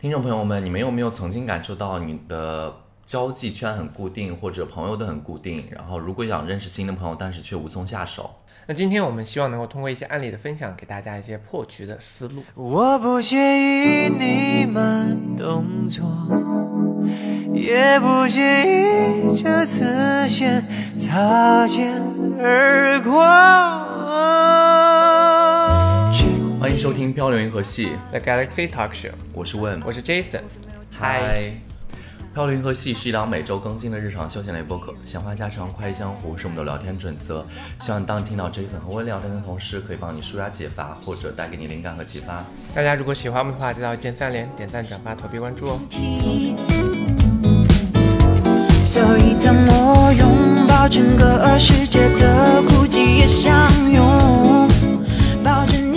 听众朋友们，你们有没有曾经感受到你的交际圈很固定，或者朋友都很固定？然后如果想认识新的朋友，但是却无从下手。那今天我们希望能够通过一些案例的分享，给大家一些破局的思路。我不介意你慢动作，也不介意这次先擦肩而过。欢迎收听《漂流银河系》， The Galaxy Talk Show，我是问，我是 Jason。嗨，《漂流银河系》是一档每周更新的日常休闲类播客，闲话家常、快意江湖是我们的聊天准则。希望当你听到 Jason 和我聊天的同时，可以帮你舒压解乏，或者带给你灵感和启发。大家如果喜欢我们的话，记得要一键三连、点赞、转发、投币、关注哦。所以当我拥抱整个世界的孤寂也相拥，抱着你。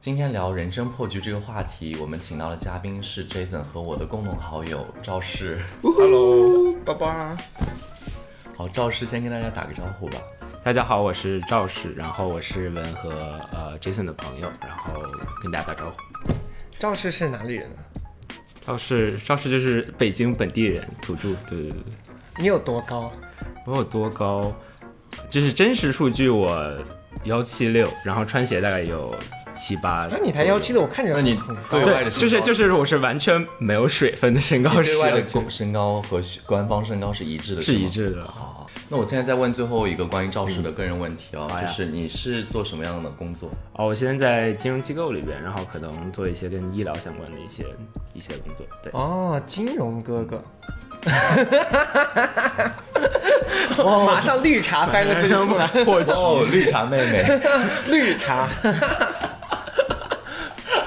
今天聊人生破局这个话题，我们请到的嘉宾是 Jason 和我的共同好友赵氏。 Hello，拜拜。好，赵氏先跟大家打个招呼吧。大家好，我是赵氏，然后我是文和呃 Jason 的朋友，然后跟大家打招呼。赵氏是哪里人啊呢？赵氏，赵氏就是北京本地人，土著。对对对对，你有多高？啊我有多高？就是真实数据我幺七六，然后穿鞋大概有七八。那你才幺七六，我看着那你很高对。外的对，身就是高就是我是完全没有水分的身高，对外的是公身高和官方身高是一致的，是吗一。致的。好，那我现在再问最后一个关于赵氏的个人问题哦，嗯就好呀是你是做什么样的工作？哦，我现在在金融机构里边，然后可能做一些跟医疗相关的一些一些工作。对，哦，金融哥 哥。马上绿茶三个字就 出来，破局哦，绿茶妹妹，绿茶。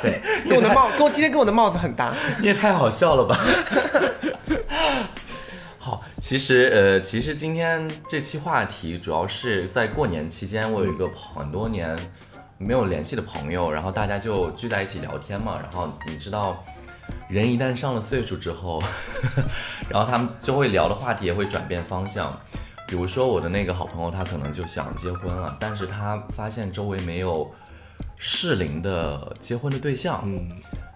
对，跟我的帽，跟我今天跟我的帽子很搭。你也太好笑了吧！好，其实呃，其实今天这期话题主要是在过年期间，我有一个很多年没有联系的朋友，然后大家就聚在一起聊天嘛，然后你知道。人一旦上了岁数之后， 然后他们就会聊的话题也会转变方向。比如说我的那个好朋友，他可能就想结婚了，但是他发现周围没有适龄的结婚的对象，嗯，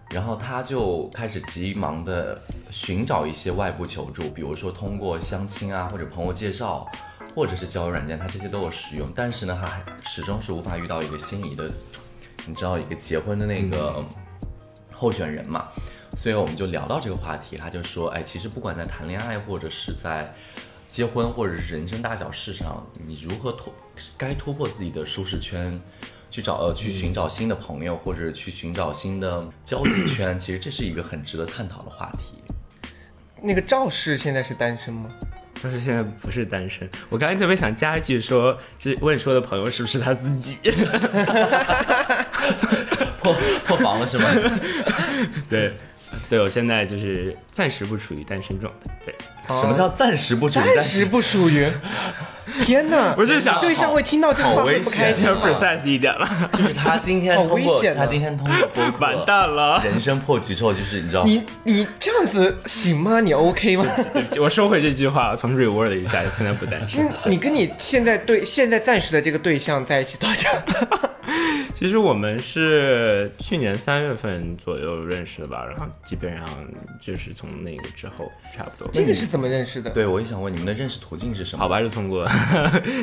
然后他就开始急忙的寻找一些外部求助，比如说通过相亲啊，或者朋友介绍，或者是交友软件，他这些都有使用，但是呢，他还始终是无法遇到一个心仪的，嗯你知道一个结婚的那个。候选人嘛，所以我们就聊到这个话题，他就说，哎，其实不管在谈恋爱或者是在结婚或者是人生大小事上，你如何突该突破自己的舒适圈，去找呃去寻找新的朋友，或者去寻找新的交际圈，其实这是一个很值得探讨的话题。那个赵氏现在是单身吗？但是现在不是单身，我刚才特别想加一句说，是问说的朋友是不是他自 己？破破防了是吗？对，对我现在就是暂时不处于单身状态。对，什么叫暂时不处于暂时不属于。 天哪！我是想对象会听到这个话好会危不开险心啊要 precise 一点了，就是他今天好通危过险 啊他今天通过播客哦完蛋了。人生破局之后，就是你知道你你这样子行吗？你 OK 吗？ 我收回这句话，重 reword 一下，现在不单 身。你跟你现在对现在暂时的这个对象在一起多久？ 其实我们是去年三月份左右认识的吧，然后基本上就是从那个之后差不多。嗯这个是怎么认识的？对我也想问你们的认识途径是什么？好吧，是通过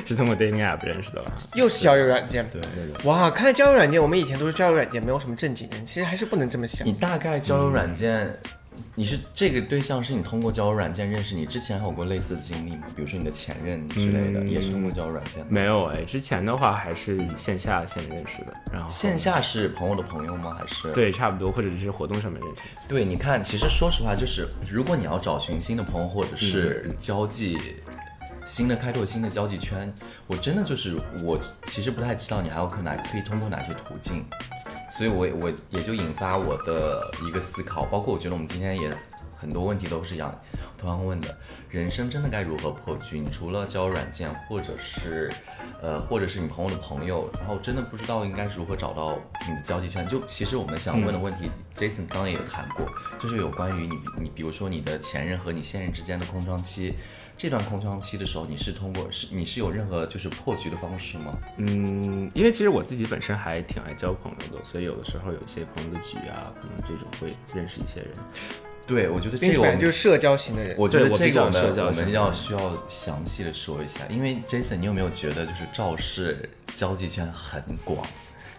是通过 dating app 认识的了。又是交友软件。对，对对。哇，看来交友软件，我们以前都是交友软件，没有什么正经人，其实还是不能这么想你。大概交友软件，你是这个对象是你通过交友软件认识，你之前还有过类似的经历吗？比如说你的前任之类的，也是通过交友软件吗？没有哎，之前的话还是线下先认识的，然后线下是朋友的朋友吗？还是对差不多，或者是活动上面认识的。对？你看，其实说实话，就是如果你要找寻新的朋友，或者是交际。新的开拓新的交际圈，我真的就是我其实不太知道你还有可哪可以通过哪些途径，所以我也我也就引发我的一个思考，包括我觉得我们今天也很多问题都是杨同样问的。人生真的该如何破局？你除了交友软件，或者是呃，或者是你朋友的朋友，然后真的不知道应该如何找到你的交际圈。就其实我们想问的问题、j a s o n 刚刚也有谈过，就是有关于你你比如说你的前任和你现任之间的空窗期。这段空窗期的时候，你是通过是你是有任何就是破局的方式吗？嗯，因为其实我自己本身还挺爱交朋友的，所以有的时候有一些朋友的局啊，可能这种会认识一些人。对，我觉得并这个我本来们就是社交型的人，我觉得对我这比个较我们社交我型们的要需要详细的说一下，因为 Jason，你有没有觉得就是赵氏交际圈很广？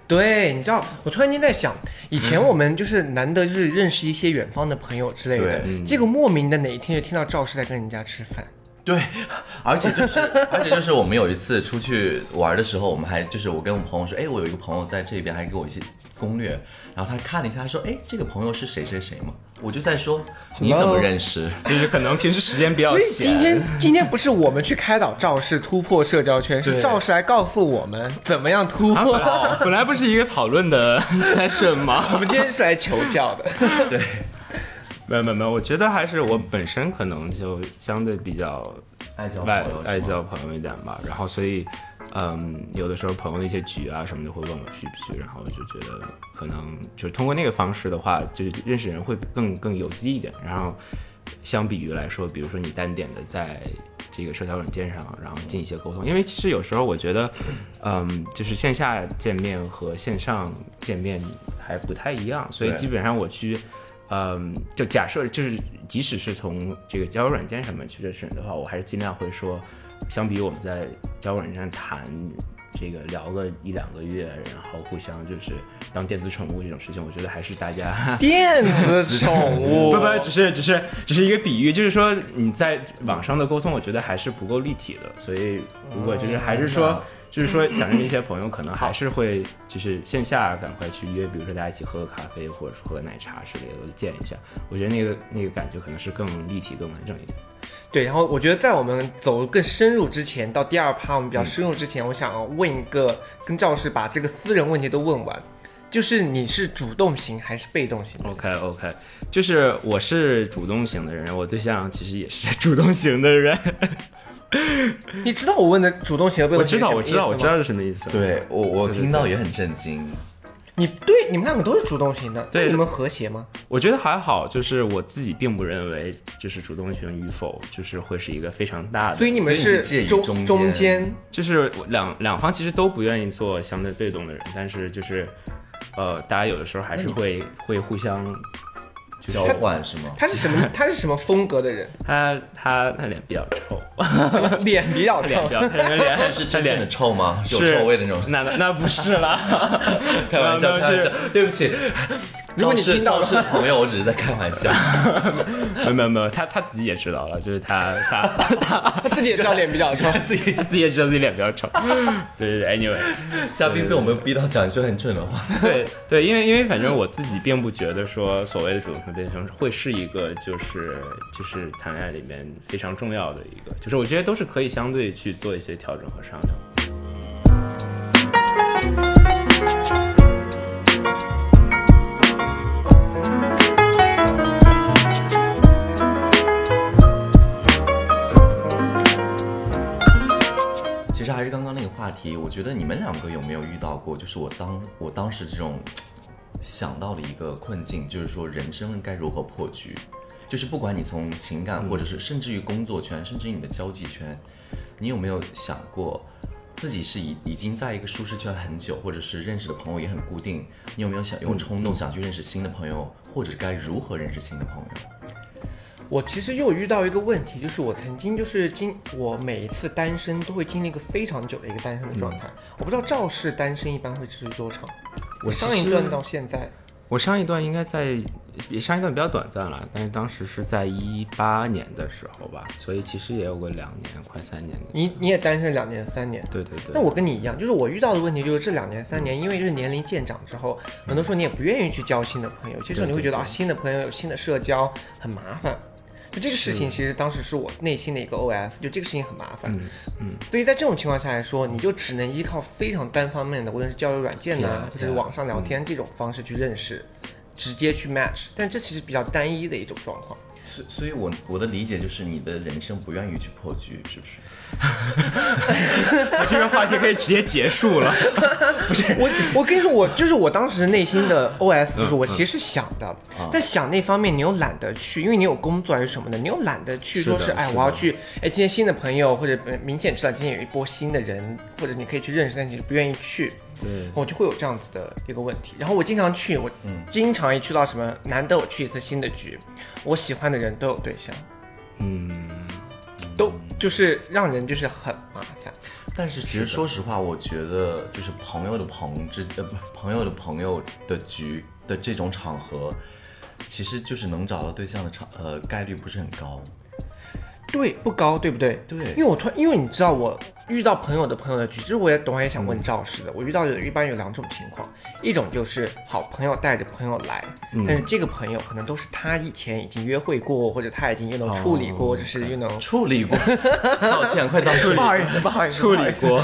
对，你知道，我突然间在想，以前我们就是难得就是认识一些远方的朋友之类的 对，嗯结果莫名的哪一天就听到赵氏在跟人家吃饭，对，而且就是而且就是我们有一次出去玩的时候，我们还就是我跟我朋友说，哎，我有一个朋友在这边，还给我一些攻略，然后他看了一下，他说，哎，这个朋友是谁谁谁嘛？我就在说你怎么 Hello？认识？就是可能平时时间比较所以闲。今天今天不是我们去开导赵氏突破社交圈，是赵氏来告诉我们怎么样突破。哦本来不是一个讨论的 session 我吗？ 们今天是来求教的，没有没有没有，我觉得还是我本身可能就相对比较爱哎交朋外友，爱交。朋友一点吧，然后所以，嗯，有的时候朋友的一些局啊什么的会问我去不去，然后我就觉得可能就是通过那个方式的话，就是认识人会更更有机一点。然后相比于来说，比如说你单点的在这个社交软件上，然后进一些沟通，因为其实有时候我觉得，嗯，就是线下见面和线上见面还不太一样，所以对基本上我去。嗯，就假设就是，即使是从这个交友软件上面去认识人的话，我还是尽量会说，相比我们在交友软件上谈这个聊个一两个月，然后互相就是当电子宠物这种事情，我觉得还是大家电子宠物 不不，只是只是只是一个比喻，就是说你在网上的沟通，我觉得还是不够立体的。所以如果就是还是哦说，就是说想认识一些朋友，可能还是会就是线下赶快去约，比如说大家一起喝个咖啡，或者说喝个奶茶之类的，我就见一下。我觉得那个那个感觉可能是更立体、更完整一点。对，然后我觉得在我们走更深入之前，到第二趴我们比嗯较深入之前，我想要问一个，跟赵氏把这个私人问题都问完，就是你是主动型还是被动型？ OK OK，就是我是主动型的人，我对象其实也是 主动型的人。你知道我问的主动型和被我动型知是道，什我么意知思吗？道，我知道是什么意思。对我，我对对听到对也很震惊。你对你们两个都是主动型的，对那你们和谐吗？我觉得还好，就是我自己并不认为，就是主动权与否，就是会是一个非常大的。所以你们所以你是介是于中中间中间，就是两两方其实都不愿意做相对被动的人，但是就是，呃，大家有的时候还是会会互相。交换是吗？他是什 么？他是什么风格的人？他他他脸比较 臭，脸比较脸臭比。较 他脸是是真正的臭吗？是有臭味的那种。那那不是啦， 开玩笑，开玩没有没有就笑，对不起。如果你赵氏听到赵的氏朋友，我只是在开玩笑。没有没有没有，他他自己也知道了，就是他他 他自己也知道脸比较臭，自己自己也知道自己脸比较丑。对对对，anyway，嘉宾被我们逼到讲一句很蠢的话。对 对，因为因为反正我自己并不觉得说所谓的主动和被动会是一个就是就是谈恋爱里面非常重要的一个，就是我觉得都是可以相对去做一些调整和商量的。其实还是刚刚那个话题，我觉得你们两个有没有遇到过？就是我当我当时这种想到了一个困境，就是说人生该如何破局？就是不管你从情感，或者是甚至于工作圈，甚至于你的交际圈，你有没有想过自己是已已经在一个舒适圈很久，或者是认识的朋友也很固定，你有没有想有冲动想去认识新的朋友，或者该如何认识新的朋友？我其实又遇到一个问题，就是我曾经就是经我每一次单身都会经历一个非常久的一个单身的状态。我不知道赵氏单身一般会持续多长。嗯我上其一实段到现在，我上一段应该在，也上一段比较短暂了，但是当时是在一八年的时候吧，所以其实也有过两年，快三年的。你你也单身两年三年。对对对，那我跟你一样，就是我遇到的问题就是这两年三年，因为就是年龄渐长之后，很多时候你也不愿意去交新的朋友，其实你会觉得啊，新的朋友有新的社交很麻烦。就这个事情，其实当时是我内心的一个 OS，就这个事情很麻烦。嗯，所以在这种情况下来说，你就只能依靠非常单方面的，无论是交友软件呐、 Yeah, 或者是 yeah 网上聊天这种方式去认识，直接去 match，但这其实比较单一的一种状况。所所以我，我的理解就是，你的人生不愿意去破局，是不是？我这个话题可以直接结束了。我我跟你说，我就是我当时内心嗯的 OS 就是我其实想的，啊但想那方面你又懒得去，因为你有工作还是什么的，你又懒得去是的说是哎是的我要去哎今天新的朋友或者呃明显知道今天有一波新的人，或者你可以去认识，但其实不愿意去。对，嗯我就会有这样子的一个问题。然后我经常去，我经常一去到什么，难得我去一次新的局，我喜欢的人都有对象，嗯，都就是让人就是很麻烦。但是其实说实话，我觉得就是朋友的朋之呃不朋友的朋友的局的这种场合，其实就是能找到对象的场呃概率不是很高。对，不高，对不对？对因为我突然，因为你知道我遇到朋友的朋友的局，就是我也懂，我也想问赵师的，我遇到有一般有两种情况，一种就是好朋友带着朋友来，嗯但是这个朋友可能都是他以前已经约会过，或者他已经又能处理哦过，就是又能。处理过， 抱歉，快道歉。 意思，不好意思处理过，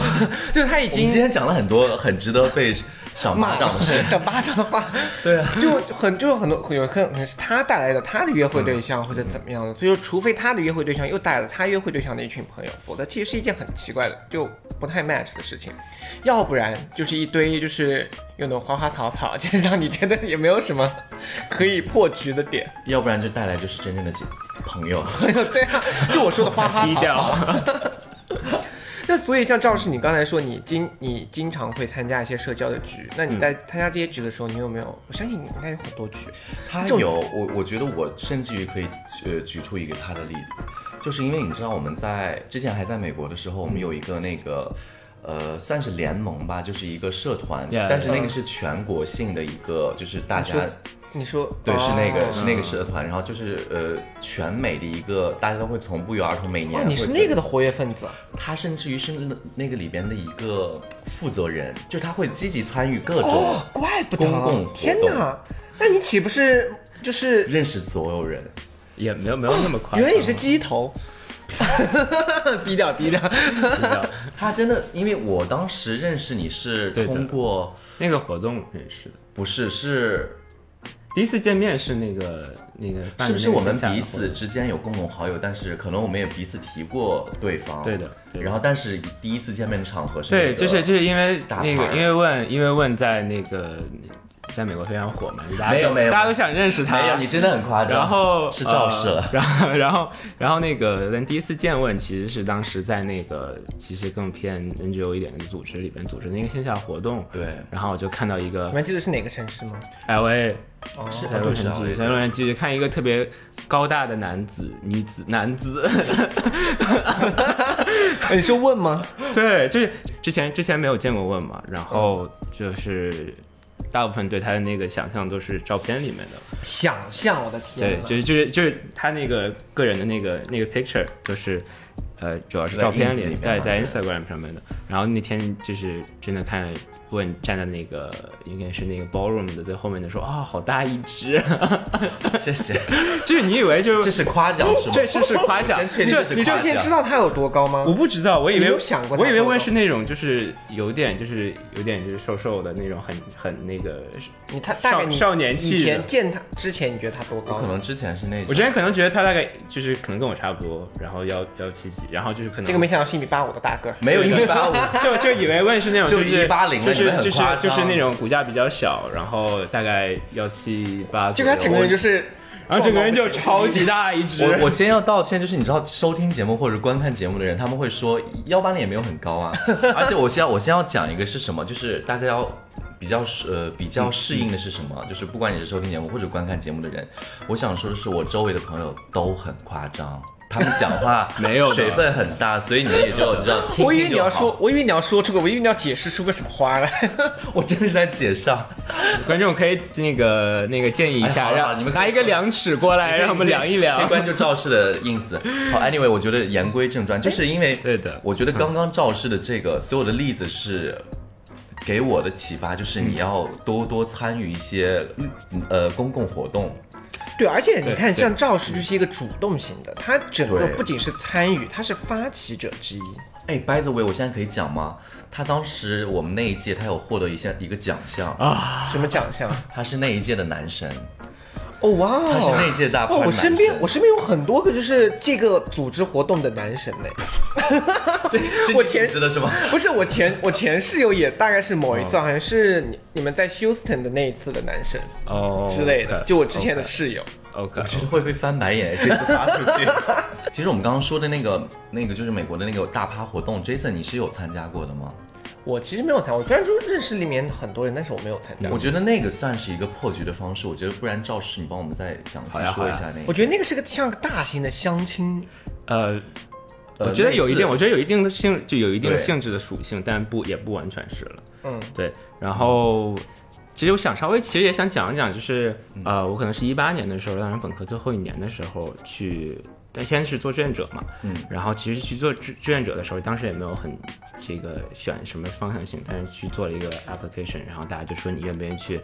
就是他已我们经 今天讲了很多很值得被赏巴掌的事。想巴掌的话，对啊，就很就有很多有可能是他带来的他的约会对象或者怎么样的，所以说除非他的约会对象又带了他约会对象的一群朋友，否则其实是一件很奇怪的就不太 match 的事情，要不然就是一堆就是又能花花草草，就是让你觉得也没有什么可以破局的点。要不然就带来就是真正的姐朋友。对啊，就我说的花花 低草草。调。那所以像赵氏，你刚才说你经你经常会参加一些社交的局，那你在参加这些局的时候，你有没有？我相信你应该有很多局。他有我，我觉得我甚至于可以呃举出一个他的例子，就是因为你知道我们在之前还在美国的时候，我们有一个那个。呃，算是联盟吧，就是一个社团 Yeah, 但是嗯那个是全国性的一个，就是大家你说你说对，是那个、哦是那个社团，然后就是呃，全美的一个，大家都会从不约而同每年哇，会。哦你是那个的活跃分子，啊他甚至于是那那个里边的一个负责人，就他会积极参与各种、哦，怪不得公共活动天哪，那你岂不是就是认识所有人。也没有没有那么哦快。原来你是啊鸡头？ 低调低调，他真的，因为我当时认识你是对的通过，那个活动认识的，不是是第一次见面是那个那个办的那个线下的活动，是不是我们彼此之间有共同好友，但是可能我们也彼此提过对方。对的对的然后，但是第一次见面的场合是那对，个就是就是因为大牌那个因为问因为问在那个在美国非常火嘛，大家没有都没有大家都想认识他。没有，你真的很夸张。然后是赵社，呃然后然后然后那个但第一次见问其实是当时在那个其实更偏 NGO 一点的组织里边组织的一个线下活动，对然后我就看到一个你们记得是哪个城市吗？ LA 哦，是啊在洛杉矶，在洛杉矶就看一个特别高大的男子、女子、男子，哎你说问吗？ 对，就是之前之前没有见过问嘛，然后就是大部分对他的那个想象都是照片里面的，想象，我的天对，哪，就是就是就是他那个个人的那个那个 picture 就是。呃，主要是照片在 ins 里面在在嘛 Instagram 上面的。然后那天就是真的看问站在那个应该是那个 ballroom 的最后面的说啊、好大一只， 谢谢，就是你以为就这是夸奖是吗？ 这是是夸奖我先确，定这这是你你就夸之奖前知道他有多高吗我？不知道，我以你为有想过他我以为做问到是那种就是有点就是有点就是瘦瘦的那种很很那个，你他大概你少年气以前的见他之前，你觉得他多我高可？能之前是那种。我之前可能觉得他大概就是可能跟我差不多，然后幺幺七几，然后就是可能这个没想到是一米八五的大个儿，没有一米八五，就就以为问是那种就是180就了是你们很就是夸张就是那种骨架比较小，然后大概幺七八，，就他整个人就是是，然后整个人就撞到不行超级大一只， 我我先要道歉，就是你知道收听节目或者观看节目的人，他们会说幺八零也没有很高啊。而且我先要我先要讲一个是什么，就是大家要比较呃比较适应的是什么，就是不管你是收听节目或者观看节目的人，我想说的是，我周围的朋友都很夸张，他们讲话没有的水分很大，所以你们也就你知道听听就好。我以为你要说，，我以为你要说出个，我以为你要解释出个什么花来。我真的是在解上。观众可以那个那个建议一哎下，好了好了让你们可以拿一个量尺过来，让我们量一量。关注赵氏的 ins。好，anyway，我觉得言归正传，就是因为哎对的嗯我觉得刚刚赵氏的这个所有的例子是。给我的启发就是嗯你要多多参与一些呃公共活动，对，而且你对看，对像赵氏就是一个主动型的，他整个对不仅是参与，他是发起者之一。哎，by the way，我现在可以讲吗？他当时我们那一届啊他有获得一项一个奖项， 什么奖项？ 他是那一届的男神。哦哇哦，他是那届大哦潘，我男身边神我身边有很多个就是这个组织活动的男神呢。所以是我你前组织的是 吗？不是我前我前室友也大概是某一次，好像是你你们在 Houston 的那一次的男神哦之类的，就我之前的室友。 OK，我觉得会被翻白眼，这次发出去。 其实我们刚刚说的那个那个就是美国的那个大趴活动，Jason 你是有参加过的吗？我其实没有参加，我虽然说认识里面很多人，但是我没有参加。我觉得那个算是一个破局的方式，我觉得不然赵师你帮我们再详细好呀说一好下呀那个。我觉得那个是个像个大型的相亲，呃，呃我觉得有一定，类似我觉得有一定的性，就有一定对性质的属性，但不也不完全是了。嗯，对。然后，其实我想稍微，其实也想讲一讲，就是嗯呃，我可能是一八年的时候，当时本科最后一年的时候去，但先是做志愿者嘛，嗯，然后其实去做志志愿者的时候，当时也没有很这个选什么方向性，但是去做了一个 application，然后大家就说你愿不愿意去。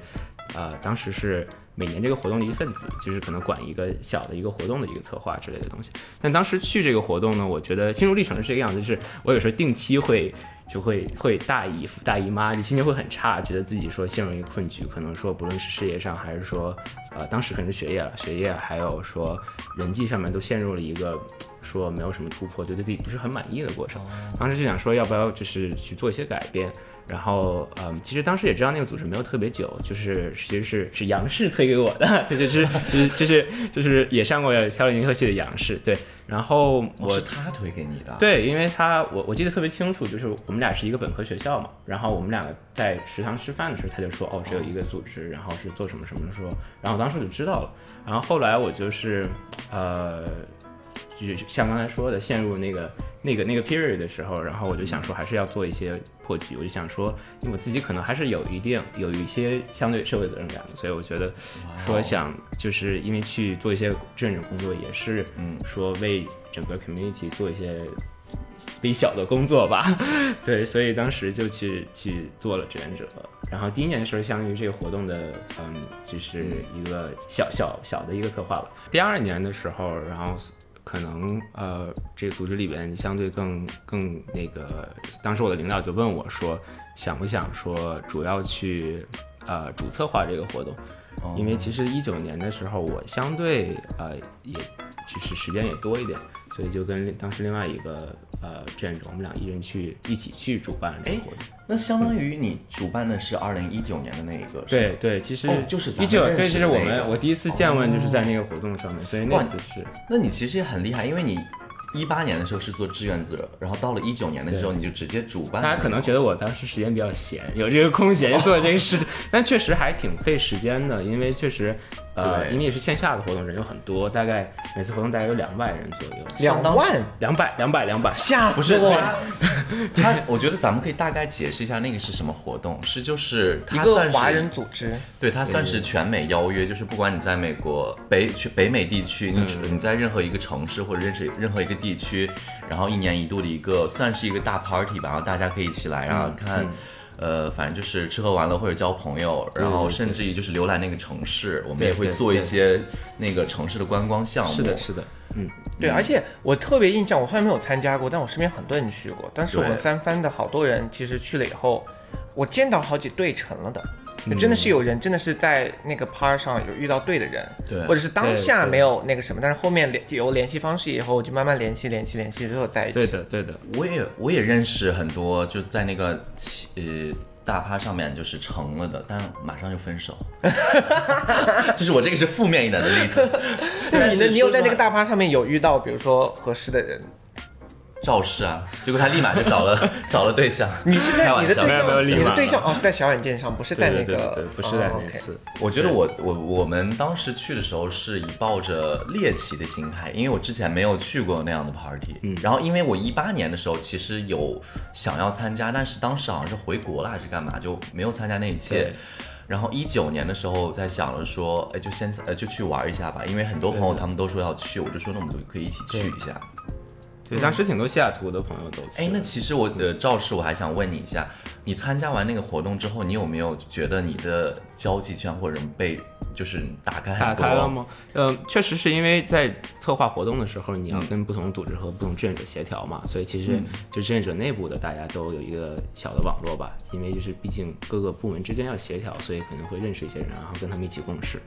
呃，当时是每年这个活动的一份子，就是可能管一个小的一个活动的一个策划之类的东西。但当时去这个活动呢，我觉得心路历程是这个样子，就是我有时候定期会就会会大姨夫大姨妈，就心情会很差，觉得自己说陷入一个困局，可能说不论是事业上还是说，呃，当时可能是学业了，学业还有说人际上面都陷入了一个说没有什么突破，觉得自己不是很满意的过哦程。当时就想说要不要就是去做一些改变。然后，嗯，其实当时也知道那个组织没有特别久，就是其实是是杨氏推给我的， 对，就是就是就是就是也上过《漂流银河系》的杨氏，对。然后哦我是他推给你的，，啊对，因为他我我记得特别清楚，就是我们俩是一个本科学校嘛，然后我们两个在食堂吃饭的时候，他就说哦，这有一个组织，然后是做什么什么的说，然后我当时就知道了，然后后来我就是呃，就是像刚才说的，陷入那个那个那个 period 的时候，然后我就想说还是要做一些破局，我就想说，因为我自己可能还是有一定有一些相对社会责任感的，所以我觉得说想就是因为去做一些志愿者工作，也是嗯说为整个 community 做一些微小的工作吧， 对，所以当时就去去做了志愿者。然后第一年的时候，相当于这个活动的，嗯，就是一个小小小的一个策划吧。第二年的时候，然后可能呃，这个组织里边相对更更那个，当时我的领导就问我说，想不想说主要去呃主策划这个活动？哦因为其实一九年的时候，我相对呃也就是时间也多一点，所以就跟另当时另外一个呃志愿者，我们俩一人去一起去主办了这个哎活动。那相当于你主办的是二零一九年的那一个，是对对，其实、哦就是咱一们九，认对，识这是的我那们个哦我第一次见问就是在那个活动上面，所以那哇次是那你其实很厉害，因为你一八年的时候是做志愿者，然后到了一九年的时候你就直接主办了。大家可能觉得我当时时间比较闲， 有这个空闲做这个事情，但确实还挺费时间的，因为确实，呃，对因为也是线下的活动，人有很多，大概每次活动大概有两百人左右，两万，两百两百两百，吓不死是我他了！，他我觉得咱们可以大概解释一下那个是什么活动，是就是一它个算是华人组织，对，它算是全美邀约，就是不管你在美国北去北美地区，嗯你、你在任何一个城市或者认识任何一个地区，然后一年一度的一个算是一个大 party 吧，然后大家可以一起来，然嗯后看。呃，反正就是吃喝玩乐或者交朋友，然后甚至于就是浏览那个城市，我们也对会对做一对些那个城市的观光项目。是的，是的，对，嗯而且我特别印象，我虽然没有参加过，但我身边很多人去过。当时我们对三番的好多人其实去了以后，我见到好几对成了的。嗯就真的是有人真的是在那个趴上有遇到对的人，对或者是当下对对没有那个什么，但是后面联有联系方式以后，就慢慢联系联系联系，最后在一起。对的，对的，我也我也认识很多，就在那个呃大趴上面就是成了的，但马上就分 手。就是我这个是负面一点的例 子。那你呢？是你有在说实话那个大趴上面有遇到，比如说合适的人？肇事啊，结果他立马就找了 找了对象。你是在开玩你的笑对没有没有象，立你的马对象哦是在小软件上，不是在对那对对个，对，不是在那次哦，我觉得我我我们当时去的时候是以抱着猎奇的心态，因为我之前没有去过那样的 party，、然后嗯因为我一八年的时候其实有想要参加，但是当时好像是回国了还是干嘛，就没有参加那一届对。然后一九年的时候在想着说，哎，就先呃就去玩一下吧，因为很多朋友他们都说要去，我就说那我们就可以一起去一下。对，当时挺多西雅图的朋友都去哎，那其实我的赵氏，我还想问你一下，你参加完那个活动之后，你有没有觉得你的交际圈或者被就是打开打很多？开了吗？呃，确实是因为在策划活动的时候，你要嗯跟不同组织和不同志愿者协调嘛，所以其实就志愿者内部的大家都有一个小的网络吧，因为就是毕竟各个部门之间要协调，所以可能会认识一些人，然后跟他们一起共事。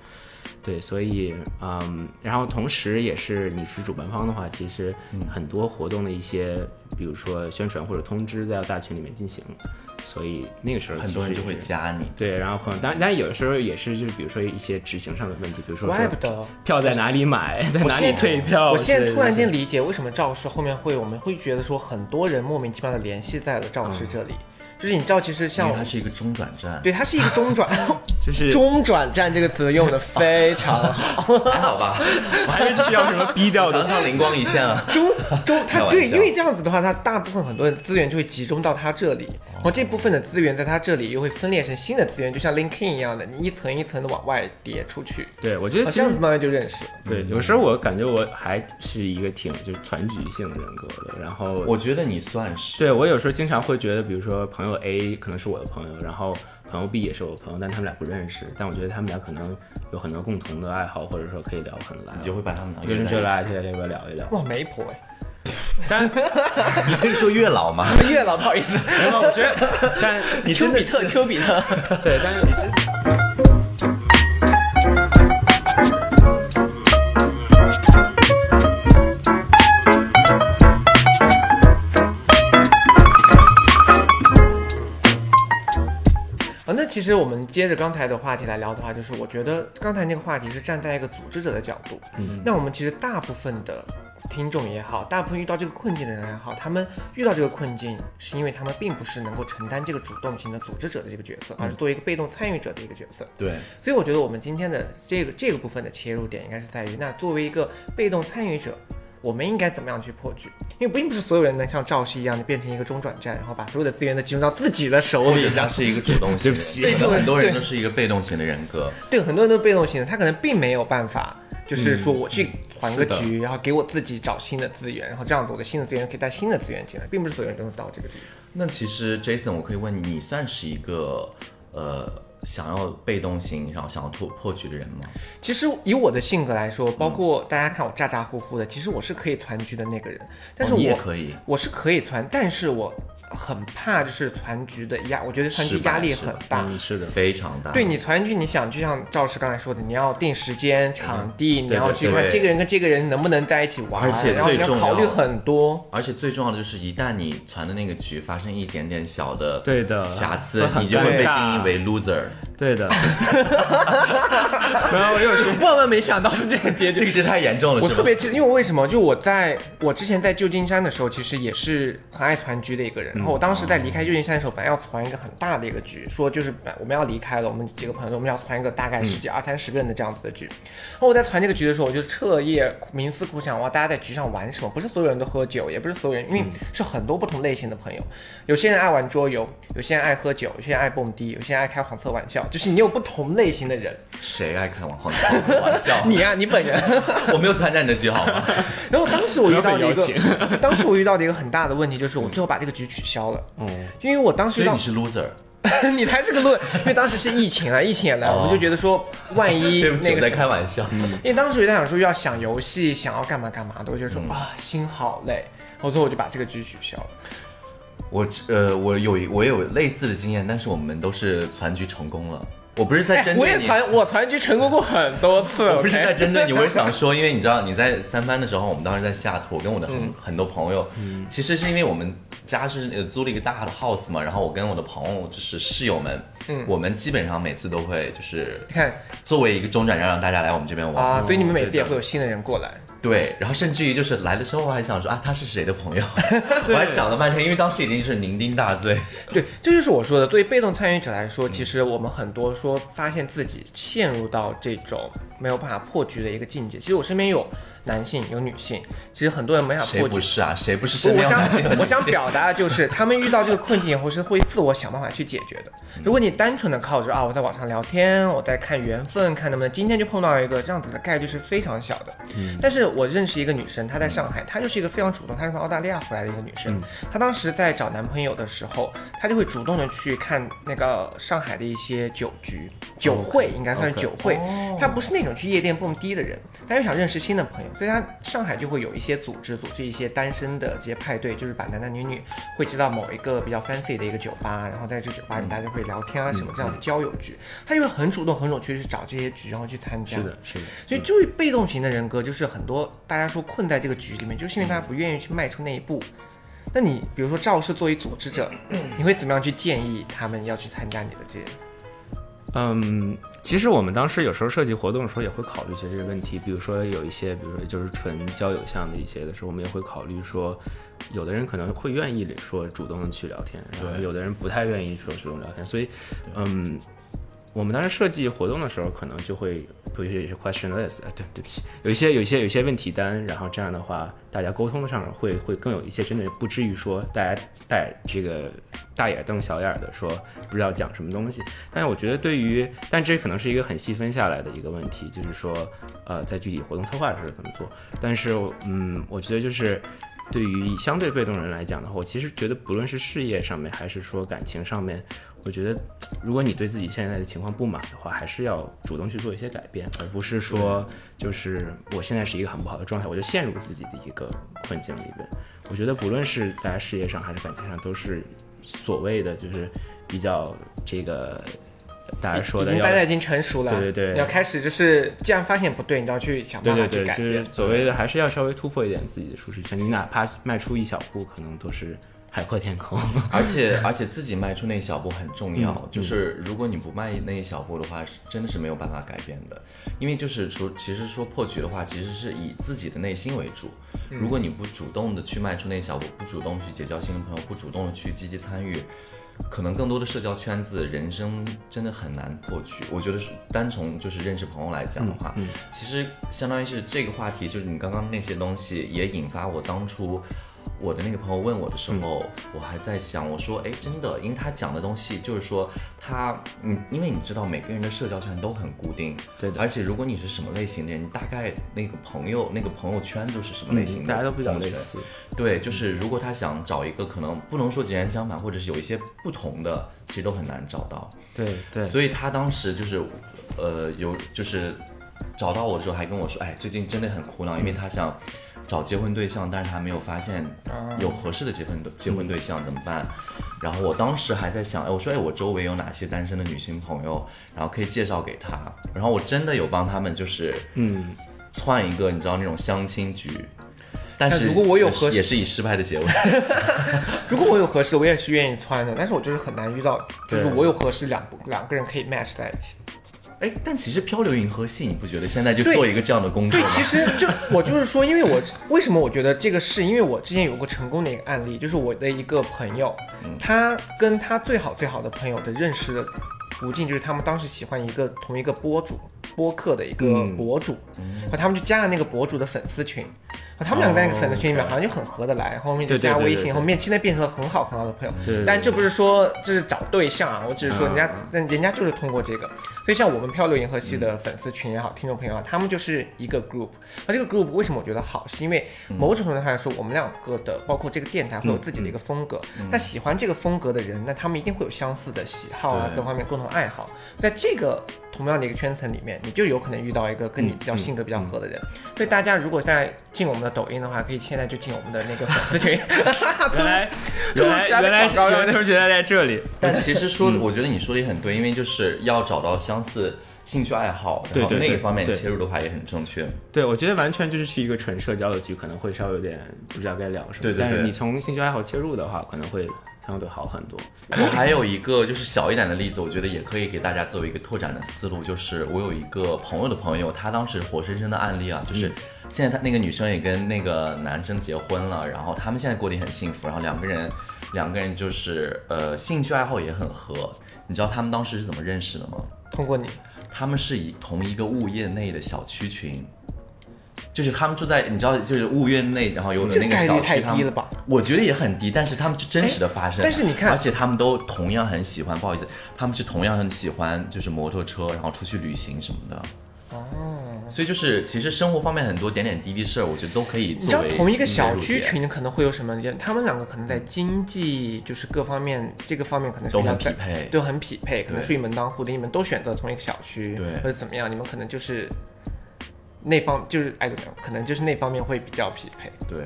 对，所以嗯，然后同时也是你是主办方的话，其实嗯很多活动的一些，比如说宣传或者通知在大群里面进行，所以那个时候很多人其就实会也是。加你。对，然后可能当然，当然有的时候也是，就是比如说一些执行上的问题，比如说怪说不得。票在哪里买，在哪里退票我之类现的在东西。突然间理解为什么赵氏后面会我们会觉得说很多人莫名其妙的联系在了赵嗯氏这里，就是你知道，其实因像为我它们是一个中转站，对，它是一个中转， 就是中转站这个词用的非常 好。还好吧？我还是需要什么逼掉常的。常灵光一现啊。中中，开它玩对，笑因为这样子的话，它大部分很多的资源就会集中到它这里，哦然后这部分的资源在它这里又会分裂成新的资源，就像 LinkedIn 一样的，你一层一层的往外叠出去，对，我觉得啊其这样实子慢慢就认识了。对，有时候我感觉我还是一个挺就是全局性人格的，然后我觉得你算是对我有时候经常会觉得，比如说朋友 A 可能是我的朋友，然后朋友 B 也是我的朋友，但他们俩不认识，但我觉得他们俩可能有很多共同的爱好，或者说可以聊得很来，你就会把他们就俩是约就在拉一起。去这边聊一聊。哇，媒婆哎， 你可以说月老吗？月老不好意思，没有，我觉得，但你丘真的比是特，丘比 特，对，但是啊，那其实我们接着刚才的话题来聊的话，就是我觉得刚才那个话题是站在一个组织者的角度，嗯，那我们其实大部分的听众也好，大部分遇到这个困境的人也好，他们遇到这个困境是因为他们并不是能够承担这个主动型的组织者的这个角色，而是作为一个被动参与者的一个角色。对，所以我觉得我们今天的这个这个部分的切入点应该是在于，那作为一个被动参与者，我们应该怎么样去破局？因为并不是所有人能像赵氏一样的变成一个中转站，然后把所有的资源都集中到自己的手或里，者然他后是一个主动型的人，对可不能起很多人对都是一个被动型的人格。对，很多人都是被动型的，他可能并没有办法，嗯就是说我去团个局，然后给我自己找新的资源，然后这样子我的新的资源可以带新的资源进来，并不是所有人都能到这个地步。那其实 Jason，我可以问你，你算是一个呃想要被动型，然后想要突破局的人吗？其实以我的性格来说，包嗯括大家看我咋咋呼呼的，其实我是可以团局的那个人，但是哦我、你也可以我是可以团，但是我很怕就是团局的压，我觉得团局失败压力是很吧大。嗯，是的，非常大。对你团聚，你想就像赵师刚才说的，你要定时间、场地，你对要对去看嗯对这个人跟这个人能不能在一起玩，而且然后你最要重考虑要很多。而且最重要的就是，一旦你传的那个局发生一点点小的对的瑕疵会，很你就会被尴尬定义为 loser。对 的。然后我有时万万没想到是这个结这个是太严重了，我是特吧？别记得，因为我为什么？就我在我之前在旧金山的时候，其实也是很爱团局的一个人。然后我当时在离开旧金山的时候，本来要团一个很大的一个局，说就是本来我们要离开了，我们几个朋友，我们要团一个大概十几、二三十个人的这样子的局。然后我在团这个局的时候，我就彻夜冥思苦想，哇，大家在局上玩什么？不是所有人都喝酒，也不是所有人，因为是很多不同类型的朋友，有些人爱玩桌游，有些人爱喝酒，有些人爱蹦迪，有些人爱开黄色玩笑，就是你有不同类型的人。谁爱开网红的玩笑？ 你啊，你本人。我没有参加你的局好吗？然后当时我遇到的一不要被个， 当时我遇到的一个很大的问题就是，我最后把这个局取消了。嗯，因为我当时哦所遇以到你是 loser。 你才是个论，因为当时是疫情啊，疫情也来，哦我们就觉得说，万一对不起，那我个在什开么，玩笑。因为当时我在想说要想游戏，想要干嘛干嘛的，我觉得说嗯啊心好累，然后最后我就把这个局取消了。我呃，我有一我有类似的经验，但是我们都是攒局成功了。我不是在哎针我对也你，团我团局成功过很多 次，我不是 OK？在针对你，我是想说，因为你知道你在三班的时候，我们当时在下图，我跟我的很、嗯很多朋友，其实是因为我们家是呃租了一个大的 house 嘛，然后我跟我的朋友就是室友们，我们基本上每次都会就是嗯你看作为一个中转站让大家来我们这边玩，啊，所以你们每次也会有新的人过来。对，然后甚至于就是来的时候我还想说啊他是谁的朋 友，我还想了半天，因为当时已经是酩酊大醉，对，这就是我说的。作为被动参与者来说，嗯其实我们很多说发现自己陷入到这种没有办法破局的一个境界。其实我身边有男性有女性，其实很多人没法谁破不局。是啊，谁不是我身我边有男性和想女我想性表达的就是，他们遇到这个困境以后是会自我想办法去解决的。嗯如果你单纯的靠着啊，我在网上聊天，我在看缘分，看能不能今天就碰到一个这样子的概率是非常小的。嗯但是我认识一个女生，她在上海，她就是一个非常主动，她是从澳大利亚回来的一个女嗯生。她当时在找男朋友的时候，她就会主动的去看那个上海的一些酒哦局、酒会，应该算是酒会。她不是那种去夜店蹦迪的人，但是想认识新的朋友，所以他上海就会有一些组织，组织一些单身的这些派对，就是把男男女女会知道某一个比较 fancy 的一个酒吧，然后在这酒吧里大家就会聊天啊什么这样的交友局，他就会很主动、很主动去找这些局，然后去参加。是的，是的，所以就是被动型的人格，就是很多大家说困在这个局里面，就是因为嗯大家不愿意去迈出那一步。那你比如说赵氏作为组织者，你会怎么样去建议他们要去参加你的这些？嗯，其实我们当时有时候设计活动的时候也会考虑一些这个问题，比如说有一些，比如说就是纯交友项的一些的时候，我们也会考虑说，有的人可能会愿意说主动的去聊天，然后对有的人不太愿意说主动聊天，所以，嗯，我们当时设计活动的时候，可能就会有一些有一些 question list，哎对对不起，有一些有一些有一些问题单，然后这样的话，大家沟通上会会更有一些真的不至于说大家带这个大眼瞪小眼的说不知道讲什么东西。但是我觉得对于，但这可能是一个很细分下来的一个问题，就是说，呃，在具体活动策划的时候怎么做。但是，嗯，我觉得就是。对于相对被动人来讲的话，我其实觉得不论是事业上面，还是说感情上面，我觉得如果你对自己现在的情况不满的话，还是要主动去做一些改变，而不是说嗯就是我现在是一个很不好的状态，我就陷入自己的一个困境里边。我觉得不论是大家事业上还是感情上，都是所谓的就是比较这个大家说已的经大家要已经成熟了，对对对你要开始就是既然发现不对，你要去想对办法对去对，改就变。是所谓的还是要稍微突破一点自己的舒适圈，你哪怕迈出一小步，可能都是海阔天空。而且而且自己迈出那一小步很重要，就是如果你不迈那一小步的话，是真的是没有办法改变的。因为就是除其实说破局的话，其实是以自己的内心为主。如果你不主动的去迈出那一小步，不主动去结交新的朋友，不主动的去积极参与，可能更多的社交圈子，人生真的很难破局。我觉得是单从就是认识朋友来讲的话，嗯其实相当于是这个话题，就是你刚刚那些东西也引发我当初我的那个朋友问我的时候，嗯我还在想，我说，哎，真的，因为他讲的东西就是说他，嗯，因为你知道每个人的社交圈都很固定，对的而且如果你是什么类型的人，你大概那个朋友那个朋友圈都是什 么类嗯型的、嗯大家都比较类似。。对，就是如果他想找一个可能不能说截然相反，或者是有一些不同的，其实都很难找到。对对，所以他当时就是，呃，有就是找到我的时候还跟我说，哎，最近真的很苦恼，因为他想找结婚对象，但是他没有发现啊有合适的结婚结婚对象怎么办？然后我当时还在想，哎，我说，哎，我周围有哪些单身的女性朋友，然后可以介绍给他。然后我真的有帮他们，就是嗯，窜一个，你知道那种相亲局。但是但如果我有合适也是以失败的 结尾。如果我有合适，我也是愿意穿的，但是我就是很难遇到，就是对我有合适两两个人可以 match 在一起。哎，但其实漂流银河系，你不觉得现在就对做一个这样的工作对，吗？其实就我就是说，因为我为什么我觉得这个是因为我之前有过成功的一个案例，就是我的一个朋友，嗯他跟他最好最好的朋友的认识的途径，就是他们当时喜欢一个同一个播主播客的一个嗯博主，然后他们就加了那个博主的粉丝群。然后他们两个在那个粉丝群里面好像就很合得来，然后后面就哦对对加对对微对信，对后面现在变成了很好很好的朋友。对对嗯但这不是说这是找对象啊，我只是说人家，但人家就是通过这个，所以像我们漂流银河系嗯的粉丝群也好，听众朋友啊，他们就是一个 group。那这个 group 为什么我觉得好，是因为嗯某种程度上来说，我们两个的，包括这个电台会有自己嗯的一个风格。那喜欢这个风格的人，那他们一定会有相似的喜好啊，对各方面共同爱好。在这个同样的一个圈层里面，你就有可能遇到一个跟你嗯比较性格比较合的人。所以大家如果在进我们的抖音的话，可以现在就进我们的那个粉丝 群。原来 突原如来其来的原来广告原来就是觉得在这里，但其实说，嗯我觉得你说的也很对，因为就是要找到相似兴趣爱好，对然后对那对一方面对切入的话也很正确。对，我觉得完全就是去一个纯社交的局，可能会稍微有点不知道该聊什么。对对但是对你从兴趣爱好切入的话，可能会相对好很多。我还有一个就是小一点的例子，我觉得也可以给大家作为一个拓展的思路，就是我有一个朋友的朋友，他当时活生生的案例啊，就是嗯现在他那个女生也跟那个男生结婚了，然后他们现在过得也很幸福，然后两个人两个人就是呃兴趣爱好也很合，你知道他们当时是怎么认识的吗？通过你，他们是以同一个物业内的小区群，就是他们住在你知道，就是物业内，然后有这那个概率小太区，低他们了吧？我觉得也很低，但是他们就真实的发生。哎但是你看而且他们都同样很喜欢，不好意思，他们是同样很喜欢就是摩托车，然后出去旅行什么的。哦，所以就是其实生活方面很多点点滴滴事儿，我觉得都可以你知作道为同一个小入区点群可能会有什么人？他们两个可能在经济就是各方面这个方面可能是都比较很匹在配都很匹配，可能对是一门当户的，你们都选择同一个小区，对或者怎么样，你们可能就是那方就是哎怎么样，可能就是那方面会比较匹配对，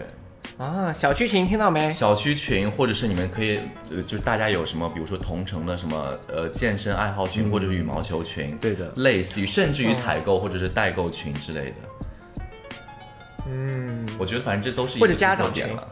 啊。小区群听到没？啊小区群，或者是你们可以，呃，就是大家有什么，比如说同城的什么，呃，健身爱好嗯群，或者是羽毛球群，对的类似于甚至于哦采购或者是代购群之类的。嗯，我觉得反正这都是一个或者家长突破点群了。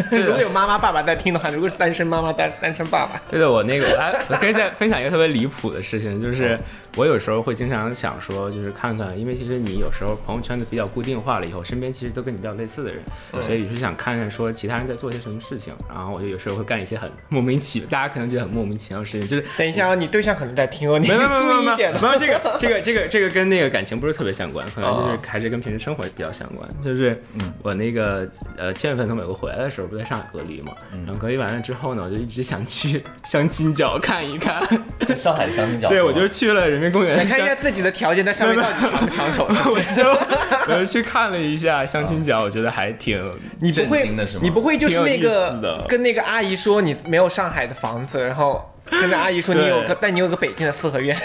如果有妈妈爸爸在听的话，如果是单身妈妈单单身爸爸，对的，我那个我还我可以再分享一个特别离谱的事情，就是我有时候会经常想说，就是看看，因为其实你有时候朋友圈子比较固定化了以后，身边其实都跟你比较类似的人，所以就是想看看说其他人在做些什么事情，然后我就有时候会干一些很莫名其大家可能觉得很莫名其妙的事情，就是等一下哦，你对象可能在听哦，你 没注有没有没有意没一点有没哦。有这个这个这个这个跟那个感情不是特别相关，可能就是哦还是跟平时生活比较相关。就是我那个呃七月份从美国回来的时候，不在上海隔离嘛，嗯然后隔离完了之后呢，我就一直想去相亲角看 一看。在上海的相亲角，对，我就去了人民公园想相。看一下自己的条件在上面到底长不长手，是不我是？就我就 去看了一下相亲角，我觉得还挺你不震会惊的是吗，你不会就是那挺有意思个的跟那个阿姨说你没有上海的房子，然后跟那阿姨说你有个，对但你有个北京的四 合院，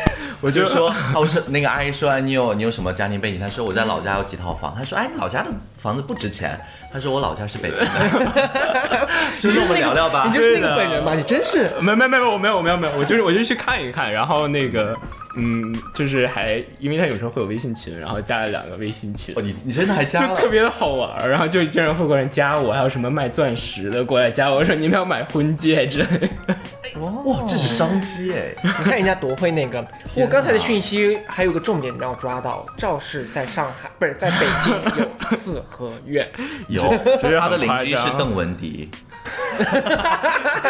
我就就是说，他说那个阿姨说，哎你有你有什么家庭背景？他说我在老家有几套房。他说，哎，你老家的房子不值钱。他说我老家是北京的。 是不是我们聊聊吧你？就是那对个的本人嘛，你真是。没没没没，我没有没有没有，我就是我就去看一看，然后那个，嗯，就是还因为他有时候会有微信群，然后加了两个微信群哦，，你你真的还加就特了？别的好玩儿，然后就经常会过来加我，还有什么卖钻石的过来加我，说你们要买婚戒之 类的。哇，这是商机 哎！你看人家多会 那个。我刚才的讯息还有个重点，你让我抓到，赵氏在上海，不是在北京有四合院。 有这是，他的很邻夸张居是邓文迪。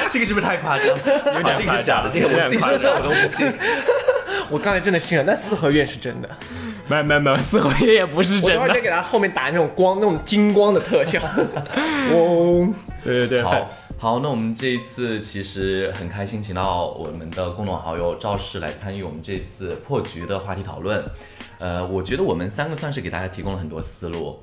这个是不是太夸张？有点这个夸是假的，张这个有我点自己夸说出来我都不信。我刚才真的信了，那四合院是真的。没有没有没有，似乎也不是我真等会儿的再。给他后面打那种光，那种金光的特 效。哦，对对对，好好，那我们这一次其实很开心，请到我们的共同好友赵氏来参与我们这次破局的话题讨论。呃，我觉得我们三个算是给大家提供了很多思路。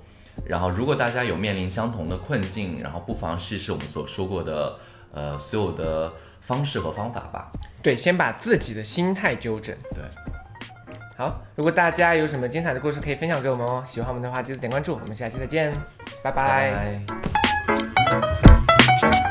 然后，如果大家有面临相同的困境，然后不妨试试我们所说过的呃所有的方式和方法吧。对，先把自己的心态纠正。对，好，如果大家有什么精彩的故事可以分享给我们哦。喜欢我们的话，记得点关注。我们下期再见，拜拜拜。